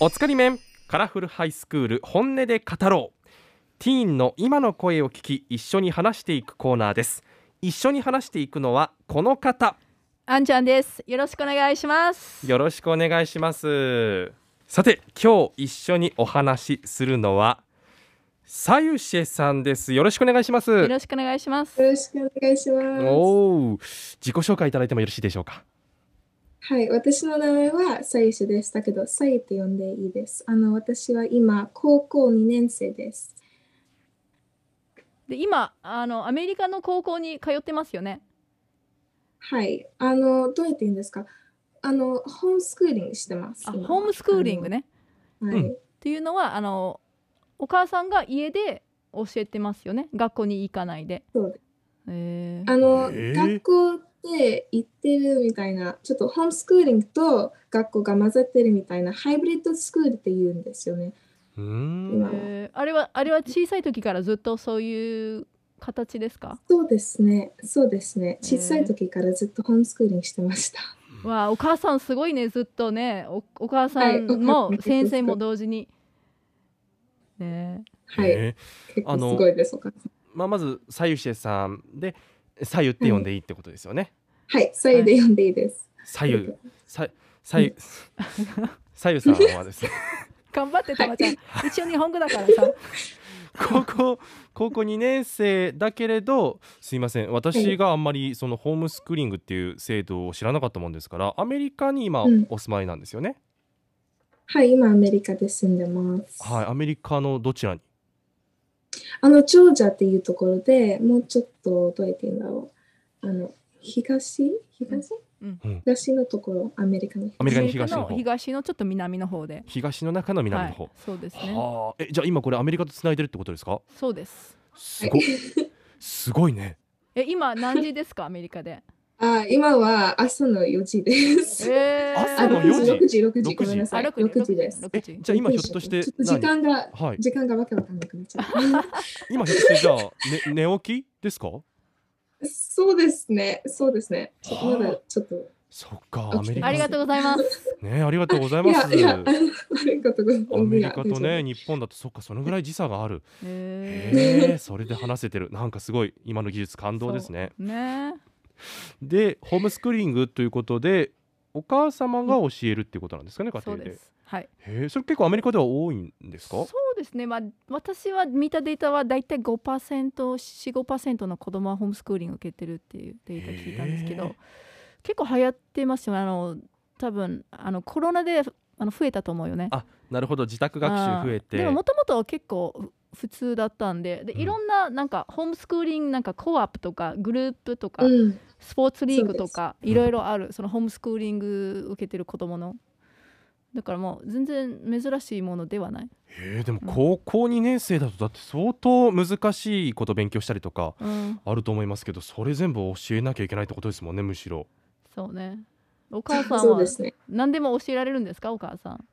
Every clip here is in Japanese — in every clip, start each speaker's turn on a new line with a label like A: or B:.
A: おつかり面カラフルハイスクール本音で語ろうティーンの今の声を聞き一緒に話していくコーナーです一緒に話していくのはこの方
B: あんちゃんです。よろしくお願いします。
A: よろしくお願いしますさて今日一緒にお話しするのはさゆしえさんですよろしくお願いしま
B: よ
A: す
B: ろしくお願いします。
C: よろしくお願いします。
A: おお、自己紹介いただいてもよろしいでしょうか
C: はい、私の名前はさゆしでしたけど、さゆって呼んでいいです。あの、私は今、高校2年生です。
B: で、今、あの、アメリカの高校に通ってますよね。
C: はい、あの、どうやって言うんですかあの、ホームスクーリングしてます。
B: あ、
C: 今
B: ホームスクーリング。ね。
C: あの
A: う
C: は
A: ん
C: い、
B: っていうのは、あの、お母さんが家で教えてますよね。学校に行かないで。
C: そうで
B: えー
C: あの、
A: へえ
C: 学校で行ってるみたいな、ちょっとホームスクーリングと学校が混ざってるみたいな、ハイブリッドスクールって言うんですよね。
A: うー
C: 今
A: ん
C: は
B: えーあれは、あれは小さい時からずっとそういう形ですか。
C: そうですね、そうですね。小さい時からずっとホームスクーリングしてました。
B: わあ、お母さんすごいね。ずっとね、お、お母さんも
C: はい
B: 先生も同時に。ねえ。
C: はい。
A: えー
C: 結
A: あ
C: 構
A: の
C: すごいです、お母さん。
A: まあまずさゆしえさんでさゆって呼んでいいってことですよね、
C: はい、左右で読んでいいです。
A: さゆささゆさゆさんはですね
B: 頑張ってたまちゃん。一応日本語だからさ。
A: 高校高校2年生だけれどすいません私があんまりそのホームスクーリングっていう制度を知らなかったもんですからアメリカに今
C: うん
A: お住まいなんですよね、
C: はい、今アメリカで住んでます。
A: はいアメリカのどちらに
C: あの、ジョージャっていうところでもうちょっと、どうやって言うんだろう。あの、東東、
B: うん
A: うん
C: 東のところ、アメリカの東
A: アメリカの東の方
B: アメリカ東のちょっと南の方で。
A: 東の中の南の方、
B: はい、そうですね。
A: はあえじゃあ今これアメリカとつないでるってことですか
B: そうです。
A: すごいすごいね
B: え、今何時ですか、 アメリカで。
C: あ、今は朝の4時です。
B: えー、
A: 朝の四時
C: 6時、6
A: 六時
C: 時、ごめんなさい。
B: あ六時
C: 6時です。
B: 六
A: え
B: 時。
A: じゃあ今ひょっとして
C: ょっと時間が、
A: 何はい
C: 時間がわけわかんなくなっちゃった。
A: 今ひょっとしてじゃあ、ね、寝起きですか
C: そうですね、そうですね。ちょっとまだちょっと。
A: そっか
C: 起きて
A: アメリカ
B: ありがとうございます。
A: ねありがとうござい
C: い
A: ま
C: や、
A: す
C: いや、あの ありがとうございます。
A: アメリカと
C: いや
A: ね日本だとそっかそのぐらい時差がある
B: え
A: へえそれで話せてるなんかすごい今の技術感動ですね
B: ー、ね
A: でホームスクーリングということでお母様が教えるっていうことなんですかね家
B: え、そ
A: 庭
B: う
A: で
B: です。はい。
A: へえそれ結構アメリカでは多いんですか
B: そうですね。まあ私は見たデータはだいたい5%、四5%の子供はホームスクーリングを受けてるっていうデータ聞いたんですけ
A: へ
B: ど
A: え、
B: 結構流行ってますよね。あの多分あのコロナであの増えたと思うよね。
A: あなるほど自宅学習増え
B: うんで
A: て
B: ももともと結構ふ普通だったんで
A: う
B: で
A: ん
B: いろんななんかホームスクーリングなんかコアップとかグループとか、
C: うん、
B: スポーツリーグとか
A: す
B: いろいろあるそのホームスクーリング受けてる子供のだからもう全然珍しいものではない、
A: へえでも高校2年生だとだって相当難しいこと勉強したりとか
B: うん、
A: あると思いますけどそれ全部教えなきゃいけないってことですもんねむしろ
B: そうねお母さん
C: そう
B: は
C: ですね。
B: 何でも教えられるんですかお母さん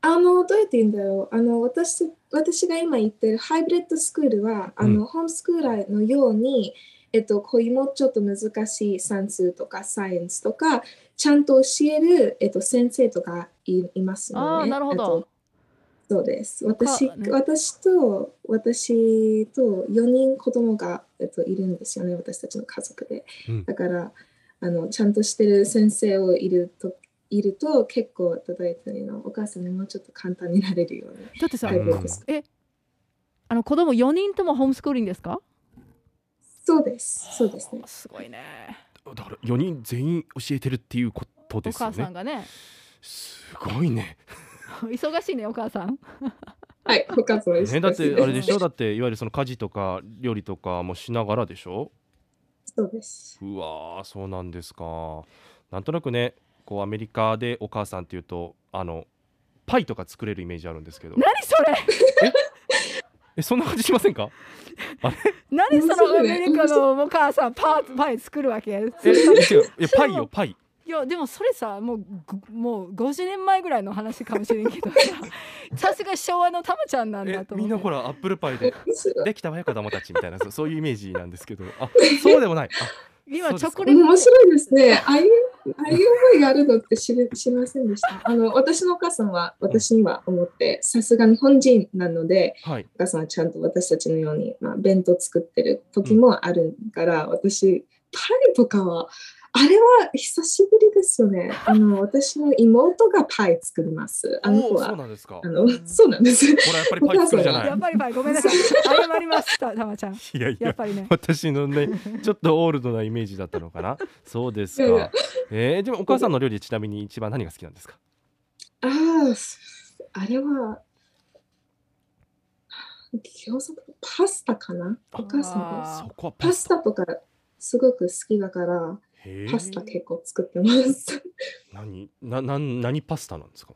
C: あの、どうやって言うんだろう。あの、私、私が今言ってるハイブリッドスクールは、あの、ホームスクーラーのように、えっと、こういうもうちょっと難しい算数とかサイエンスとか、ちゃんと教える、えっと、先生とかいいますの
B: あ
C: で、
B: あなるほ
C: えっ
B: ど
C: と。そうです。私、
B: 他ね
C: 私と、私と4人子供が、えっと、いるんですよね、私たちの家族で。
A: うん
C: だから、あの、ちゃんとしてる先生をいると、いると結構例えばのお母さんにもうちょっと簡単になれるように
B: だってさ、
C: ハイブリッドスクール
B: えあの子供4人ともホームスクーリングですか
C: そうですそうですね
B: すごいね
A: だから4人全員教えてるっていうこと
B: お
A: ですよ
B: 母さ
A: ね
B: んがね
A: すごいね
B: 忙しいねお母さん
C: はいお母さんです
A: ね、だってあれでしょだっていわゆるその家事とか料理とかもしながらでしょ
C: そうです
A: うわーそうなんですかなんとなくねこうアメリカでお母さんっていうとあのパイとか作れるイメージあるんですけど
B: 何それ
A: えそんな感じしませんか
B: 何そ
C: 面白
B: のア
C: いね
B: メリカのお母さんパーパイ作るわけ
A: え
B: い
A: 違ういやパイよパイ
B: やでもそれさもうぐもう50年前ぐらいの話かもしれんけど ささすが昭和のたまちゃんなん
A: え
B: だと思
A: み
B: うん
A: なほらアップルパイで
C: すごい
A: できたわよ子供たちみたいなそ そういうイメージなんですけどあそうでもないあ
B: 今
A: そう
B: チ
A: ですか
B: ョコレート
C: 面白いですねああいうああいう思いがあるのって知り知りませんでした。あの私のお母さんは私には思ってさすが日本人なので
A: はい。
C: お母さんはちゃんと私たちのように、まあ、弁当作ってる時もあるから、私パイとかはあれは久しぶりですよ ね。あの私の妹がパイ作ります。あの子
A: おーそう
C: は
A: なんですか。こ
C: あ
A: れ
C: のそうなんです。
A: はやっぱりパイ作るじゃ
B: や
A: な
B: っぱりパイごめんなさい謝りましたたまちゃん
A: い。いやい
B: やっ
A: や。
B: ぱりね
A: 私のね、ちょっとオールドなイメージだったのかな。そうです
C: いやい
A: か
C: や。
A: えー、でもお母さんの料理ちなみに一番何が好きなんですか。
C: ああ、あれは、餃子とパスタかなお母さん
B: あ
C: が。
B: ー
A: そこは
C: パス。タとかすごく好きだから、
A: へー
C: パスタ結構作ってます。
A: 何、な、なん、何パスタなんですか。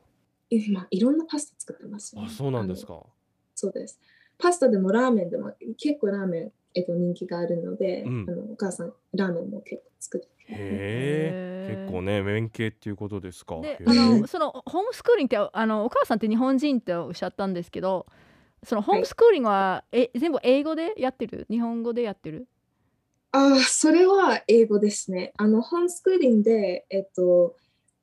C: 今、いろんなパスタ作ってます、
A: あ、そうなんです
C: あの。
A: か。
C: そうです。パスタでもラーメンでも結構ラーメン、えっと、人気があるので、
A: うん
C: あのお母さんラーメンも結構作って
A: へえ。
B: へー
A: 結構ね、麺系っていうことですか。
B: で
A: へー
B: あのそのホームスクーリングってあのお母さんって日本人っておっしゃったんですけどそのホームスクーリングは、え全部英語でやってる日本語でやってる
C: ああ、それは英語ですね。あの、ホームスクーリングで、えっと、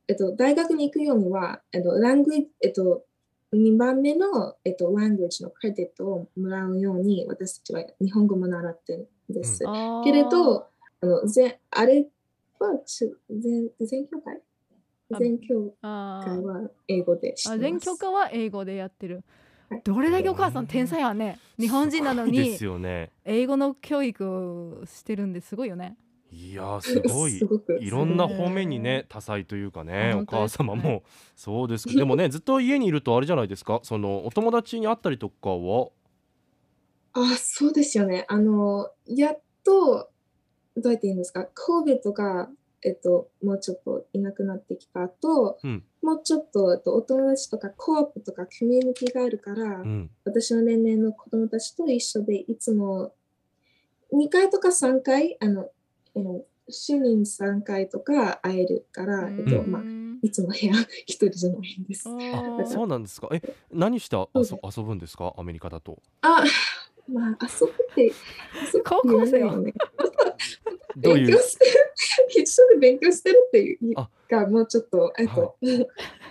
C: えっと、大学に行くようには、えっと、ラング、えっと、2番目の、えっと、ラングジのクレジットをもらうように、私たちは日本語も習ってるんです。け
B: け
C: れど、あの、ぜあれはち、全、全教会
B: あ
C: 全教
B: あ
C: 会
B: ー
C: は英語でして
B: あ
C: ます。
B: 全教 科は英語でやってる
C: はい
B: どれだけお母さん天才やね日本人なの
A: すごいで
B: に
A: すよね。
B: 英語の教育をしてるんですごいよね
A: いやー、すごい
C: す。ごく。
A: いろんな
C: す
A: 方面にね多彩というかね
B: あ
A: お
B: 本当
A: 母
B: ですかね
A: 様もそうですけどでもねずっと家にいるとあれじゃないですかそのお友達に会ったりとかは
C: あ、そうですよね。あの、やっと、どうやって言うんですか、神戸とか、えっと、もうちょっといなくなってきた後、
A: うん
C: もうちょっと、えっと、お友達とかコープとかコミュニティがあるから、
A: うん
C: 私の年齢の子供たちと一緒で、いつも2回とか3回、あの、えー週に3回とか会えるから、えっと、まあ、いつも部屋一人じゃないんです。
A: あ
B: そ
A: そうなんですかえ何してあそ遊ぶんですかアメリカだと
C: あ、まあ、遊ぶって、遊ぶって
B: 高校生
C: 言わないよね。
A: どう
C: 勉
A: い
C: 強
A: う
C: してる一緒で勉強してるっていう
A: あ
C: がもうちょっとえっと、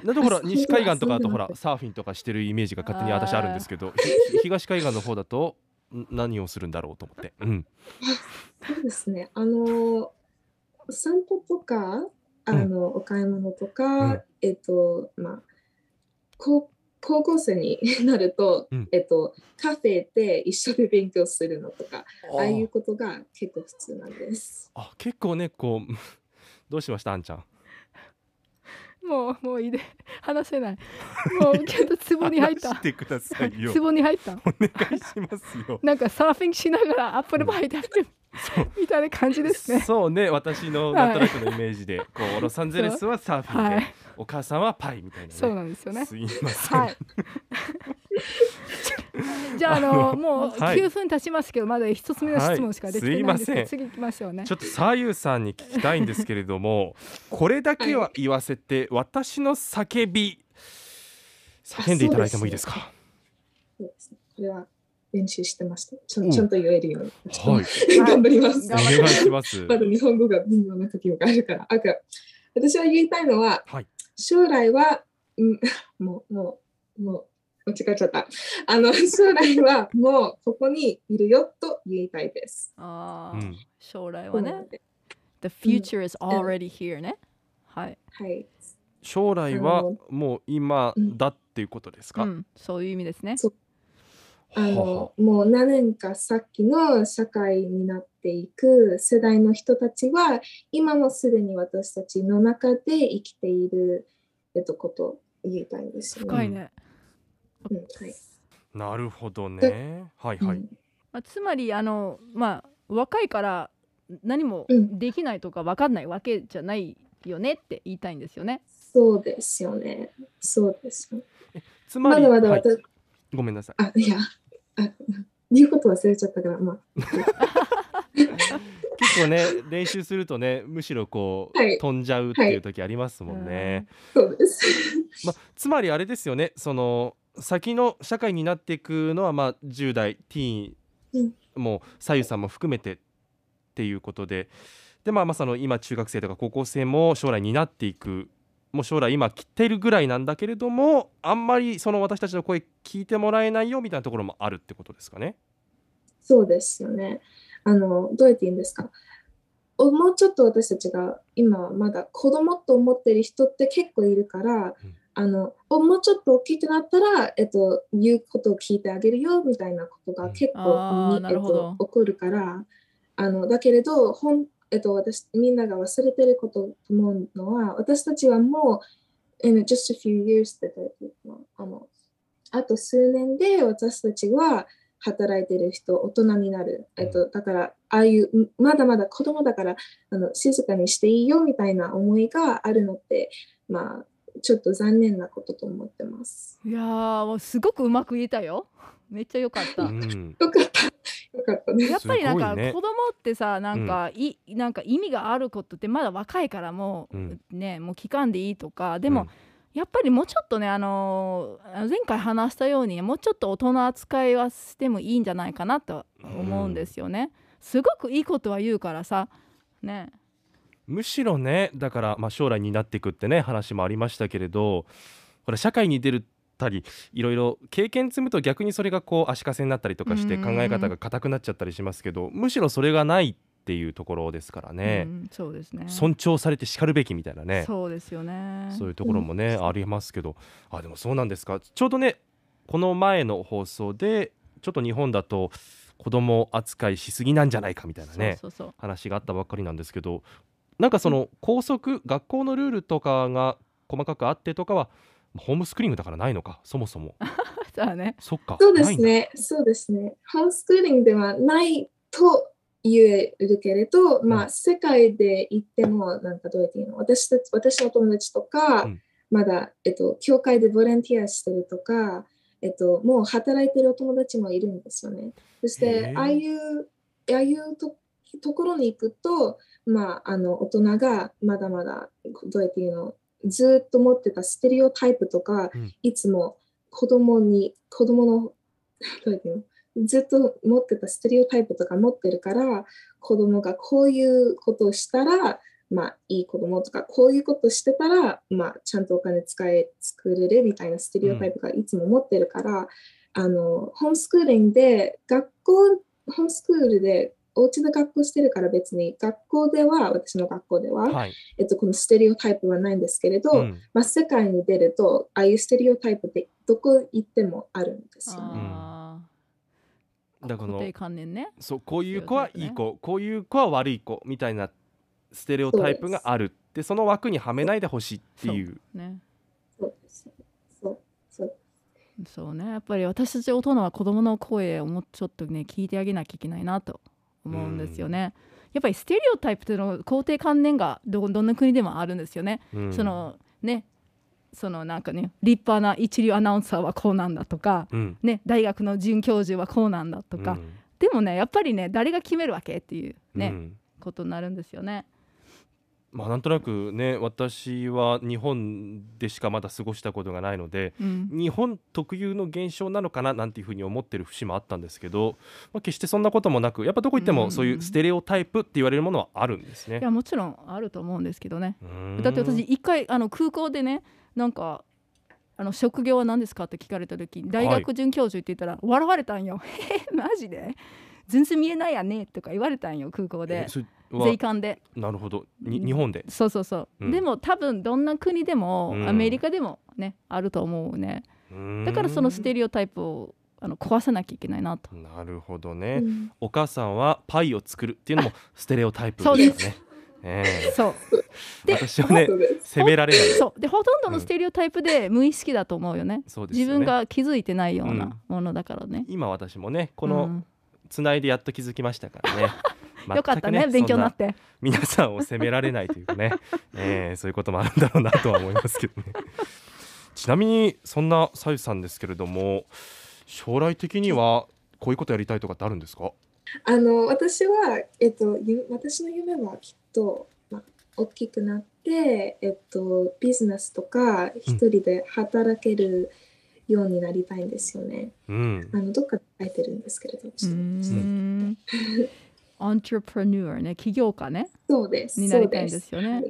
A: だとほら
C: 遊んで
A: 西海岸とかだと
C: 遊ん
A: ほ
C: で
A: らサーフィンとかしてるイメージが勝手に私あるんですけどひひ東海岸の方だとん何をするんだろうと思ってうん
C: そうですねあのお散歩とかあの、お買い物とか、
A: うん
C: えっとまあ高高校生になると、
A: うん
C: えっとカフェで一緒で勉強するのとかああいう
A: あ
C: ことが結構普通なんです。
A: あ結構ねこう どうしましたあんちゃん
B: もうもういいで話せないもうちょっとツボに入っ
A: 話
B: た
A: してくださいよ
B: ツボに入った
A: お願いしますよ
B: なんかサーフィンしながらアップルパイ食べてる
A: そう
B: みたいな感じですね
A: そうね私の
B: はい
A: なんとなくのイメージで、こうロサンゼルスはサーフィンで、
B: はい
A: お母さんはパイみたいな、ね、
B: そうなんですよね
A: すいません、
B: はい。じゃあ、あの、もう
A: はい
B: 9分経ちますけど、まだ一つ目の質問しかできてないんですけど、
A: はいすいません
B: 次行きましょうね
A: ち。ょっとさゆさんに聞きたいんですけれど もこれだけは言わせて、私の叫び叫んでいただいてもいいですか
C: そうですねこれは練習してました。ちゃ
A: お
C: んちゃんと言えるように、ちょっ
A: はい
C: と頑張ります。
A: お
B: 頑張
A: 願
B: り
A: いし ます
C: まだ日本語が微妙な時があるから。あか私は言いたいのは、
A: はい
C: 将来は、うん、もう、もう、もう、間違えちゃった。あの、将来はもうここにいるよと言いたいです。
B: あ
A: う
B: ー
A: ん
B: 将来
C: そ
B: は
C: うなの
B: ね、
C: で
B: the future is already here ね。はい。
C: はい、
A: 将来はもう今
C: うん
A: だっていうことですか、
B: うん、そういう意味ですね。
C: あ
A: は
C: のもう何年か先の社会になっていく世代の人たちは今もすでに私たちの中で生きている、えっと、ことを言いたいんですよね。
B: 深いね。
C: うんはい
A: あなるほどねはいは
C: う
A: い
C: ん
B: まあ、つまり、あの、まあ、若いから何も
C: うん
B: できないとか分かんないわけじゃないよねって言いたいんですよね。
C: そうですよね。そうですよね。
A: つま
C: ま
A: り
C: だまだ
A: はい
C: 私、
A: ごめんなさい
C: あ、いや、あ言うこと忘れちゃったから、ま
A: 結構ね練習するとねむしろこう、
C: はい
A: 飛んじゃうっていう時ありますもんね、
C: あ、そうです。
A: まあつまりあれですよねその先の社会になっていくのはまあ10代ティーン、もうさゆさんも含めてっていうことでで、まあ、まさの今中学生とか高校生も将来担っていくもう将来今切っているぐらいなんだけれどもあんまりその私たちの声聞いてもらえないよみたいなところもあるってことですかね。
C: そうですよね。あの、どうやって言うんですか。おもうちょっと私たちが今まだ子供と思ってる人って結構いるから、
A: ん
C: あのおもうちょっと大きくなったら、えっと、言うことを聞いてあげるよみたいなことが結構、
B: あー
C: に
B: な
C: えっ
B: るほど
C: と、起こるからあのだけれどほん、えっと、私みんなが忘れてることと思うのは私たちはもう、in just a few years って書いてるのあのあと数年で私たちは働いてる人、大人になる。えっと、だから、ああいう、んまだまだ子供だから、あの、静かにしていいよみたいな思いがあるのって、まあ、ちょっと残念なことと思ってます。
B: いやーもうすごくうまく言えたよめっちゃ良かった、
A: うん
C: よかった。よかったね。
B: やっぱりな
A: す
B: ん
A: ご
B: か
A: いね
B: 子供ってさなんかい、なんか意味があることってまだ若いからもう、
A: うん
B: ねもう期間でいいとかでも、やっぱりもうちょっとねあのーあの前回話したようにもうちょっと大人扱いはしてもいいんじゃないかなと思うんですよね、すごくいいことは言うからさね
A: むしろねだから、まあ、将来になっていくってね話もありましたけれどこれ社会に出るたりいろいろ経験積むと逆にそれがこう足かせになったりとかして
B: うん
A: 考え方が硬くなっちゃったりしますけどむしろそれがないっていうところですから
B: う
A: ね、
B: んそうですね
A: 尊重されてしかるべきみたいなね
B: そうですよね
A: そういうところもね、ありますけどあでもそうなんですかちょうどねこの前の放送でちょっと日本だと子供扱いしすぎなんじゃないかみたいなね
B: そうそうそう
A: 話があったばっかりなんですけどなんかその校則学校のルールとかが細かくあってとかはホームスクリーングだからないのかそもそも
B: そうだね
A: そっか
C: そうです
A: ないんだ
C: ね。そうですね。ホームスクーリングではないと言えるけれど、ま
A: うん
C: あ、世界で言っても、なんかどうやっていうの私たち、私の友達とか、
A: うん
C: まだ、えっと、教会でボランティアしてるとか、えっと、もう働いてるお友達もいるんですよね。そし
A: へ
C: て
A: え、
C: ああいう、ああいうとところに行くと、まあ、あの、大人がまだまだ、どうやっていうのずっと持ってたステレオタイプとか、
A: うん
C: いつも子供に子供の どうやって言うのずっと持ってたステレオタイプとか持ってるから子供がこういうことをしたらまあいい子供とかこういうことしてたらまあちゃんとお金使え作れるみたいなステレオタイプがいつも持ってるから、あのホームスクールングで学校ホームスクールでお家で学校してるから別に学校では私の学校では、
A: はい、
C: えっと、このステレオタイプはないんですけれど、
A: うん
C: まあ、世界に出るとああいうステレオタイプってどこ行ってもあるんですよね。
B: あー
A: だから
B: 固定観念ね
A: そうこういう子はいい子こういう子は悪い子みたいなステレオタイプがあるでその枠にはめないでほしいっていう
B: ね
C: そうですそうそう
B: そうねやっぱり私たち大人は子供の声をもうちょっとね聞いてあげなきゃいけないなと思うんですよね。やっぱりステレオタイプというの肯定観念がどどんな国でもあるんですよね。
A: うん
B: そのねそのなんかね立派な一流アナウンサーはこうなんだとか、
A: うん
B: ね、大学の准教授はこうなんだとか、
A: うん
B: でもねやっぱりね誰が決めるわけっていうね、
A: うん
B: ことになるんですよね。
A: まあなんとなくね私は日本でしかまだ過ごしたことがないので
B: うん
A: 日本特有の現象なのかななんていうふうに思ってる節もあったんですけど、まあ、決してそんなこともなくやっぱどこ行って
B: うん
A: もそういうステレオタイプって言われるものはあるんですね
B: い。やもちろんあると思うんですけどね
A: うーん
B: だって私、一回あの空港でねなんかあの職業は何ですかって聞かれた時大学准教授って言ったら、笑われたんよ えマジで全然見えないやねとか言われたんよ空港で
A: えそれは
B: 税関で
A: なるほどに日本で
B: そうそうそう、
A: うん
B: でも多分どんな国でも、
A: うん
B: アメリカでもねあると思うね
A: だ
B: だからそのステレオタイプをあの壊さなきゃいけないな と
A: なるほど
C: う
A: ね、
C: ん
A: お母さんはパイを作るっていうのもステレオタイプ
B: そう
A: で
B: です
A: よね。え
B: そう
A: え
B: で
A: 私 はね
C: そうです
A: 責められない
B: そうでほとんど
A: う
B: の
A: ん
B: ステレオタイプで無意識だと思うよね
A: そうですよ
B: 自
A: ね
B: 分が気づいてないよう
A: うん
B: なものだからね、
A: 今私もねこ
B: う
A: の
B: ん
A: つないでやっと気づきましたからね。
B: よかったね
A: 全く
B: 勉強にな
A: そん
B: って
A: 皆さんを責められないというかね、 えーそういうこともあるんだろうなとは思いますけどね ちなみにそんなさゆさんですけれども将来的にはこういうことやりたいとかってあるんですか
C: あの私は、えっと、ゆ私の夢はきっと、まあ、大きくなって、えっと、ビジネスとか一人で働けるようになりたいんですよね。
A: うん
C: あのどっかで書いてるんですけれど、ちょっと
B: うーんアントレプレニューね起業家ね
C: そうです。
B: にな
C: そう
B: りたいんですよね。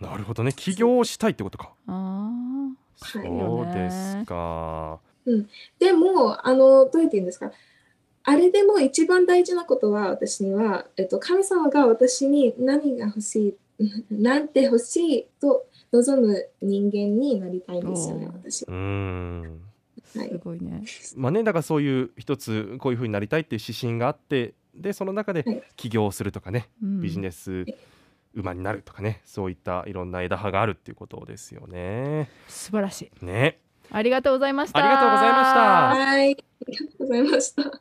A: なるほどね起業をしたいってことか
B: ああ
C: はい
A: そうですか
C: でも、あの、どうやって言うんですか。あれでも一番大事なことは、私には、えっと、神様が私に何が欲しい、 なんて欲しいと望む人間になりたいんですよね、
B: おー
C: 私
A: うーん
C: は。はい
B: す。ごいね。
A: まあねだからそういう一つこういうふうになりたいっていう指針があってでその中で
C: はい
A: 起業するとかねビジネス
B: ス
A: 馬になるとかねそういったいろんな枝葉があるっていうことですよね
B: 素晴らしい。
A: ね
B: ありがとうございました。
A: ありがとうございました
C: はい。ありがとうございました。